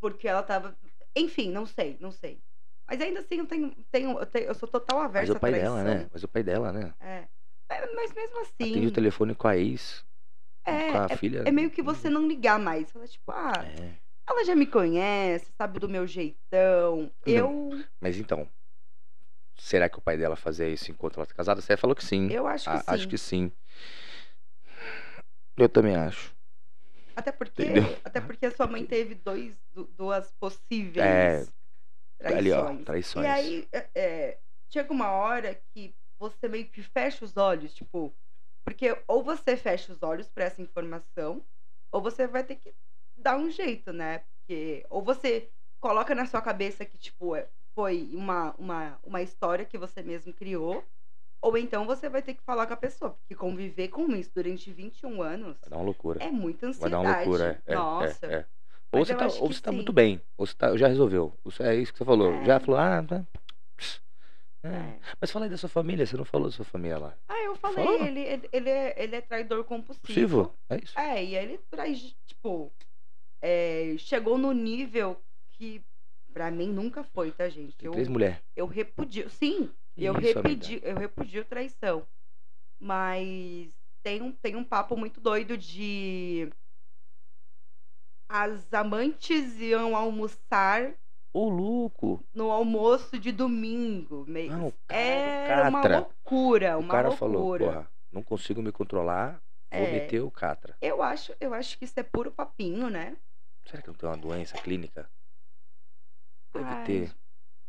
[SPEAKER 2] porque ela tava. Enfim, não sei, não sei. Mas ainda assim, eu tenho. tenho, eu, tenho- eu sou total
[SPEAKER 1] Mas
[SPEAKER 2] aversa
[SPEAKER 1] é o pai
[SPEAKER 2] à traição.
[SPEAKER 1] dela, né? Mas é o pai dela, né?
[SPEAKER 2] É. Mas- Mas mesmo assim.
[SPEAKER 1] Atende o telefone com a ex,
[SPEAKER 2] é,
[SPEAKER 1] com a
[SPEAKER 2] é-
[SPEAKER 1] filha.
[SPEAKER 2] é meio que você não ligar mais. Ela, tipo, ah,
[SPEAKER 1] É.
[SPEAKER 2] ela já me conhece, sabe do meu jeitão. Eu.
[SPEAKER 1] Mas então, será que o pai dela fazia isso enquanto ela tá casada? Você falou que sim.
[SPEAKER 2] Eu acho que
[SPEAKER 1] A-
[SPEAKER 2] sim.
[SPEAKER 1] Acho que sim. Eu também acho.
[SPEAKER 2] Até porque,
[SPEAKER 1] Entendeu?
[SPEAKER 2] até porque a sua mãe teve dois, du- duas possíveis
[SPEAKER 1] É,
[SPEAKER 2] traições.
[SPEAKER 1] ali, ó, traições.
[SPEAKER 2] E aí é, é, chega uma hora que você meio que fecha os olhos, tipo, porque ou você fecha os olhos pra essa informação, ou você vai ter que dar um jeito, né? Porque ou você coloca na sua cabeça que tipo é- foi uma, uma, uma história que você mesmo criou, ou então você vai ter que falar com a pessoa, porque conviver com isso durante 21 anos
[SPEAKER 1] Vai dar uma loucura.
[SPEAKER 2] é muita
[SPEAKER 1] Vai
[SPEAKER 2] ansiedade.
[SPEAKER 1] dar uma loucura. é, É,
[SPEAKER 2] Nossa.
[SPEAKER 1] É, é. Ou
[SPEAKER 2] Mas
[SPEAKER 1] você,
[SPEAKER 2] eu
[SPEAKER 1] tá,
[SPEAKER 2] acho
[SPEAKER 1] ou
[SPEAKER 2] que
[SPEAKER 1] você tá
[SPEAKER 2] sim.
[SPEAKER 1] muito bem. Ou você tá, já resolveu. Isso é isso que você falou.
[SPEAKER 2] É.
[SPEAKER 1] Já falou, ah, tá. É.
[SPEAKER 2] É.
[SPEAKER 1] Mas fala aí da sua família. Você não falou da sua família lá. É
[SPEAKER 2] Ah, eu falei,
[SPEAKER 1] Fala.
[SPEAKER 2] ele, ele, ele é, ele é traidor compulsivo.
[SPEAKER 1] Possível? É isso?
[SPEAKER 2] É, e aí ele traz, tipo, é, chegou no nível que pra mim nunca foi, tá, gente?
[SPEAKER 1] Tem
[SPEAKER 2] Eu,
[SPEAKER 1] três mulheres.
[SPEAKER 2] eu repudio, sim,
[SPEAKER 1] Que
[SPEAKER 2] eu
[SPEAKER 1] isso, amiga?
[SPEAKER 2] repudio, eu repudio traição. Mas tem um, tem um papo muito doido de as amantes iam almoçar
[SPEAKER 1] Ô, louco.
[SPEAKER 2] no almoço de domingo. Meio...
[SPEAKER 1] Não, Ah, cara,
[SPEAKER 2] Era uma
[SPEAKER 1] catra.
[SPEAKER 2] loucura, É uma
[SPEAKER 1] o cara
[SPEAKER 2] loucura.
[SPEAKER 1] falou, porra, não consigo me controlar, vou
[SPEAKER 2] É.
[SPEAKER 1] meter o catra.
[SPEAKER 2] Eu acho, eu acho que isso é puro papinho, né?
[SPEAKER 1] Será que não tem uma doença clínica? Deve
[SPEAKER 2] Ai,
[SPEAKER 1] ter.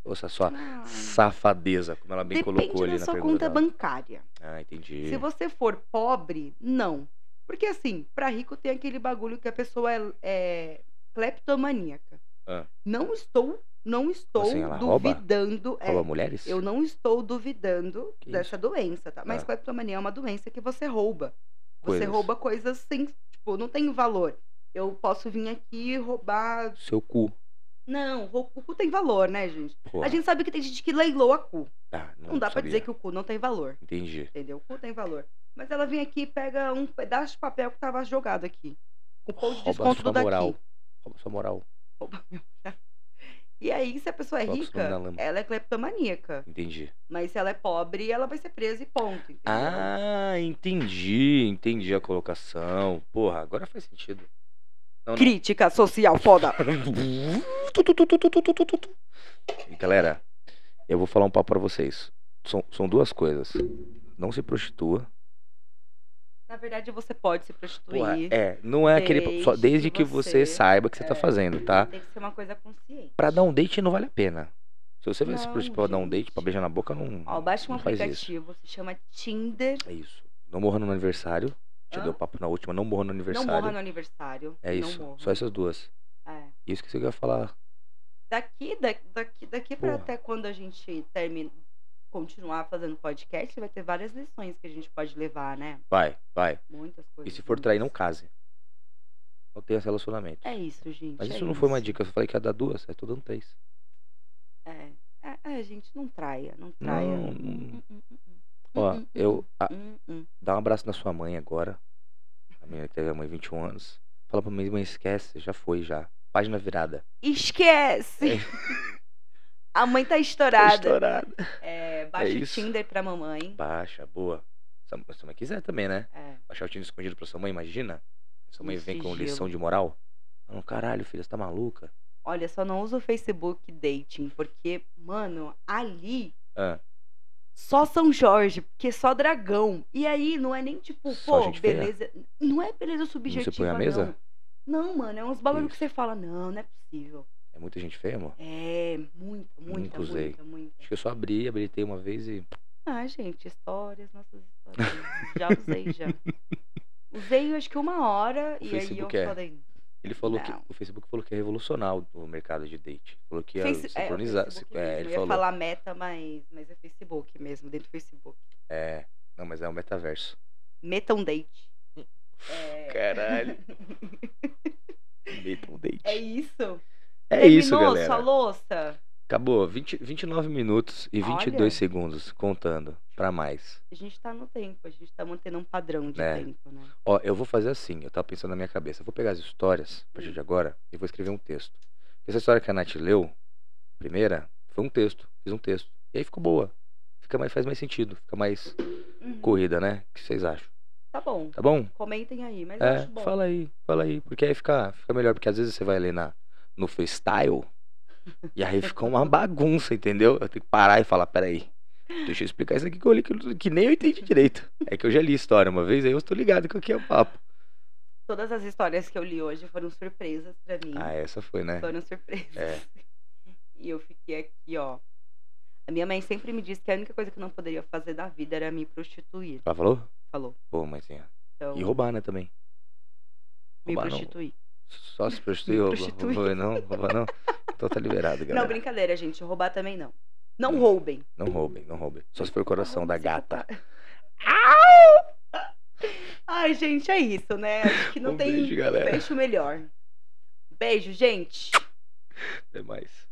[SPEAKER 1] Ouça só,
[SPEAKER 2] ai.
[SPEAKER 1] safadeza, como ela bem
[SPEAKER 2] Depende
[SPEAKER 1] colocou ali
[SPEAKER 2] da
[SPEAKER 1] na
[SPEAKER 2] sua
[SPEAKER 1] pergunta
[SPEAKER 2] conta
[SPEAKER 1] dela.
[SPEAKER 2] bancária.
[SPEAKER 1] Ah, entendi.
[SPEAKER 2] Se você for pobre, não. Porque assim, pra rico tem aquele bagulho que a pessoa é, é cleptomaníaca.
[SPEAKER 1] Ah.
[SPEAKER 2] Não estou, não estou
[SPEAKER 1] assim, ela rouba?
[SPEAKER 2] duvidando. é,
[SPEAKER 1] Rouba mulheres?
[SPEAKER 2] eu não estou duvidando
[SPEAKER 1] Que
[SPEAKER 2] dessa doença, tá? Mas
[SPEAKER 1] Ah.
[SPEAKER 2] cleptomania é uma doença que você rouba. Você
[SPEAKER 1] Coisas.
[SPEAKER 2] rouba coisas sem, tipo, não tem valor. Eu posso vir aqui e roubar.
[SPEAKER 1] Seu cu.
[SPEAKER 2] Não, rou- o cu tem valor, né, gente?
[SPEAKER 1] Porra.
[SPEAKER 2] A gente sabe que tem gente que leiloa cu.
[SPEAKER 1] Tá, não,
[SPEAKER 2] Não, dá pra
[SPEAKER 1] sabia.
[SPEAKER 2] dizer que o cu não tem valor,
[SPEAKER 1] Entendi.
[SPEAKER 2] entendeu? O cu tem valor. Mas ela vem aqui e pega um pedaço de papel que tava jogado aqui. Com ponto de
[SPEAKER 1] Rouba a
[SPEAKER 2] desconto do
[SPEAKER 1] sua
[SPEAKER 2] daqui.
[SPEAKER 1] moral. Rouba a sua moral.
[SPEAKER 2] Rouba meu E aí, se a pessoa é
[SPEAKER 1] Coloca o nome na
[SPEAKER 2] rica,
[SPEAKER 1] lama.
[SPEAKER 2] ela é cleptomaníaca.
[SPEAKER 1] Entendi.
[SPEAKER 2] Mas se ela é pobre, ela vai ser presa e ponto. Entendeu?
[SPEAKER 1] Ah, entendi. Entendi a colocação. Porra, agora faz sentido. Não, não.
[SPEAKER 2] Crítica social foda.
[SPEAKER 1] Tu, tu, tu, tu, tu, tu, tu, tu, tu. Galera, eu vou falar um papo pra vocês. São, são duas coisas. Não se prostitua.
[SPEAKER 2] Na verdade, você pode se prostituir.
[SPEAKER 1] Porra, é, não é aquele. Só desde
[SPEAKER 2] Desde
[SPEAKER 1] que você
[SPEAKER 2] você-
[SPEAKER 1] saiba o que você tá
[SPEAKER 2] é.
[SPEAKER 1] fazendo, tá?
[SPEAKER 2] Tem que ser uma coisa consciente.
[SPEAKER 1] Pra dar um date não vale a pena. Se você vai se
[SPEAKER 2] Não,
[SPEAKER 1] prostituir pra dar um
[SPEAKER 2] gente.
[SPEAKER 1] date, pra beijar na boca, não.
[SPEAKER 2] Ó, baixa um
[SPEAKER 1] não faz isso.
[SPEAKER 2] aplicativo, se chama Tinder.
[SPEAKER 1] É isso. Não morra no aniversário. Te
[SPEAKER 2] Hã?
[SPEAKER 1] deu papo na última, não morra no
[SPEAKER 2] Não
[SPEAKER 1] aniversário.
[SPEAKER 2] morra no aniversário.
[SPEAKER 1] É isso.
[SPEAKER 2] Não morra.
[SPEAKER 1] Só essas duas.
[SPEAKER 2] É.
[SPEAKER 1] Isso que você quer falar.
[SPEAKER 2] Daqui, da- daqui, daqui pra
[SPEAKER 1] Porra.
[SPEAKER 2] até quando a gente termina, continuar fazendo podcast, vai ter várias lições que a gente pode levar, né?
[SPEAKER 1] Vai, vai.
[SPEAKER 2] Muitas
[SPEAKER 1] E
[SPEAKER 2] coisas.
[SPEAKER 1] se for
[SPEAKER 2] muitas.
[SPEAKER 1] trair, não case. Não tenha esse relacionamento.
[SPEAKER 2] É isso, gente.
[SPEAKER 1] Mas
[SPEAKER 2] é
[SPEAKER 1] isso não foi uma dica, eu só falei que ia dar duas, eu tô dando três.
[SPEAKER 2] É. É, é, gente, não traia, não traia.
[SPEAKER 1] Não, não.
[SPEAKER 2] Hum, hum, hum, hum.
[SPEAKER 1] Ó,
[SPEAKER 2] Hum, hum,
[SPEAKER 1] eu. a-
[SPEAKER 2] hum, hum.
[SPEAKER 1] dá um abraço na sua mãe agora. A menina que teve a mãe 21 anos. Fala pra mim, mãe, esquece, já foi, já. Página virada.
[SPEAKER 2] Esquece! A mãe tá
[SPEAKER 1] É. Tá
[SPEAKER 2] estourada.
[SPEAKER 1] Estourada.
[SPEAKER 2] É, baixa
[SPEAKER 1] É
[SPEAKER 2] o
[SPEAKER 1] isso.
[SPEAKER 2] Tinder pra mamãe.
[SPEAKER 1] Baixa, boa. Se a- se a mãe quiser também, né?
[SPEAKER 2] É.
[SPEAKER 1] Baixar o time escondido pra sua mãe, imagina? Sua mãe
[SPEAKER 2] No
[SPEAKER 1] vem com
[SPEAKER 2] sigilo.
[SPEAKER 1] lição de moral. Não, caralho, filha, você tá maluca?
[SPEAKER 2] Olha, só não usa o Facebook Dating, porque, mano, ali
[SPEAKER 1] Ah,
[SPEAKER 2] só São Jorge, porque só dragão. E aí não é nem tipo,
[SPEAKER 1] Só
[SPEAKER 2] pô,
[SPEAKER 1] gente feia?
[SPEAKER 2] beleza. Não é beleza subjetiva.
[SPEAKER 1] põe à mesa?
[SPEAKER 2] Não, não mano, é uns bagulho que
[SPEAKER 1] Isso.
[SPEAKER 2] você fala, não, não é possível.
[SPEAKER 1] é muita gente feia, amor?
[SPEAKER 2] É, muita, muita,
[SPEAKER 1] Nunca usei.
[SPEAKER 2] muita, muita.
[SPEAKER 1] Acho que eu só abri, habilitei uma vez e.
[SPEAKER 2] Ah, gente, histórias, nossas histórias. já usei, já. Usei, eu acho que uma hora,
[SPEAKER 1] O
[SPEAKER 2] e
[SPEAKER 1] Facebook
[SPEAKER 2] aí
[SPEAKER 1] é.
[SPEAKER 2] eu falei.
[SPEAKER 1] Ele falou que.
[SPEAKER 2] Não.
[SPEAKER 1] O Facebook falou que é revolucionar o- o mercado de date. Falou que ia
[SPEAKER 2] Face- é, o
[SPEAKER 1] sincronizar.
[SPEAKER 2] Facebook
[SPEAKER 1] é,
[SPEAKER 2] mesmo.
[SPEAKER 1] ele
[SPEAKER 2] eu ia
[SPEAKER 1] falou.
[SPEAKER 2] falar meta, mas, mas é Facebook mesmo, dentro do Facebook.
[SPEAKER 1] É. Não, mas é um metaverso.
[SPEAKER 2] Meta um date. É,
[SPEAKER 1] Caralho. Meta um date.
[SPEAKER 2] é isso.
[SPEAKER 1] É
[SPEAKER 2] Terminou
[SPEAKER 1] isso, galera.
[SPEAKER 2] sua louça?
[SPEAKER 1] Acabou. 20, 29 minutos e 22
[SPEAKER 2] Olha.
[SPEAKER 1] segundos contando pra mais.
[SPEAKER 2] A gente tá no tempo, a gente tá mantendo um padrão de
[SPEAKER 1] É.
[SPEAKER 2] tempo, né?
[SPEAKER 1] Ó, eu vou fazer assim, eu tava pensando na minha cabeça. Eu vou pegar as histórias a partir
[SPEAKER 2] Hum.
[SPEAKER 1] de agora e vou escrever um texto. Essa história que a Nath leu, primeira, foi um texto. Fiz um texto. E aí ficou boa. Fica mais, faz mais sentido, fica mais
[SPEAKER 2] Uhum.
[SPEAKER 1] corrida, né? O que vocês acham?
[SPEAKER 2] Tá bom.
[SPEAKER 1] Tá bom?
[SPEAKER 2] Comentem aí, mas eu
[SPEAKER 1] É,
[SPEAKER 2] acho bom.
[SPEAKER 1] fala aí, fala aí. Porque aí fica, fica melhor, porque às vezes você vai ler na, no freestyle e aí fica uma bagunça, entendeu? Eu tenho que parar e falar, peraí. Deixa eu explicar isso aqui que eu li que, eu- que nem eu entendi direito. É que eu já li história uma vez, aí eu estou ligado com o que é o papo.
[SPEAKER 2] Todas as histórias que eu li hoje foram surpresas pra mim.
[SPEAKER 1] Ah, essa foi, né?
[SPEAKER 2] Foram surpresas.
[SPEAKER 1] É.
[SPEAKER 2] E eu fiquei aqui, ó. A minha mãe sempre me disse que a única coisa que eu não poderia fazer da vida era me prostituir.
[SPEAKER 1] Ela Ah, falou?
[SPEAKER 2] Falou.
[SPEAKER 1] Pô, mãezinha.
[SPEAKER 2] Então,
[SPEAKER 1] E roubar, né, também.
[SPEAKER 2] me
[SPEAKER 1] Roubar não.
[SPEAKER 2] prostituir.
[SPEAKER 1] Só se prostituir,
[SPEAKER 2] Me
[SPEAKER 1] roubar.
[SPEAKER 2] prostituir.
[SPEAKER 1] Roubar não, roubar não. Então tá liberado, galera.
[SPEAKER 2] Não, brincadeira, gente. Roubar também não. Não roubem.
[SPEAKER 1] Não roubem, não roubem. Só se for o coração da
[SPEAKER 2] Rouba, você é
[SPEAKER 1] gata.
[SPEAKER 2] Ai, gente, é isso, né? Acho que não
[SPEAKER 1] Um
[SPEAKER 2] tem
[SPEAKER 1] beijo, galera.
[SPEAKER 2] fecho melhor. Beijo, gente.
[SPEAKER 1] Até mais.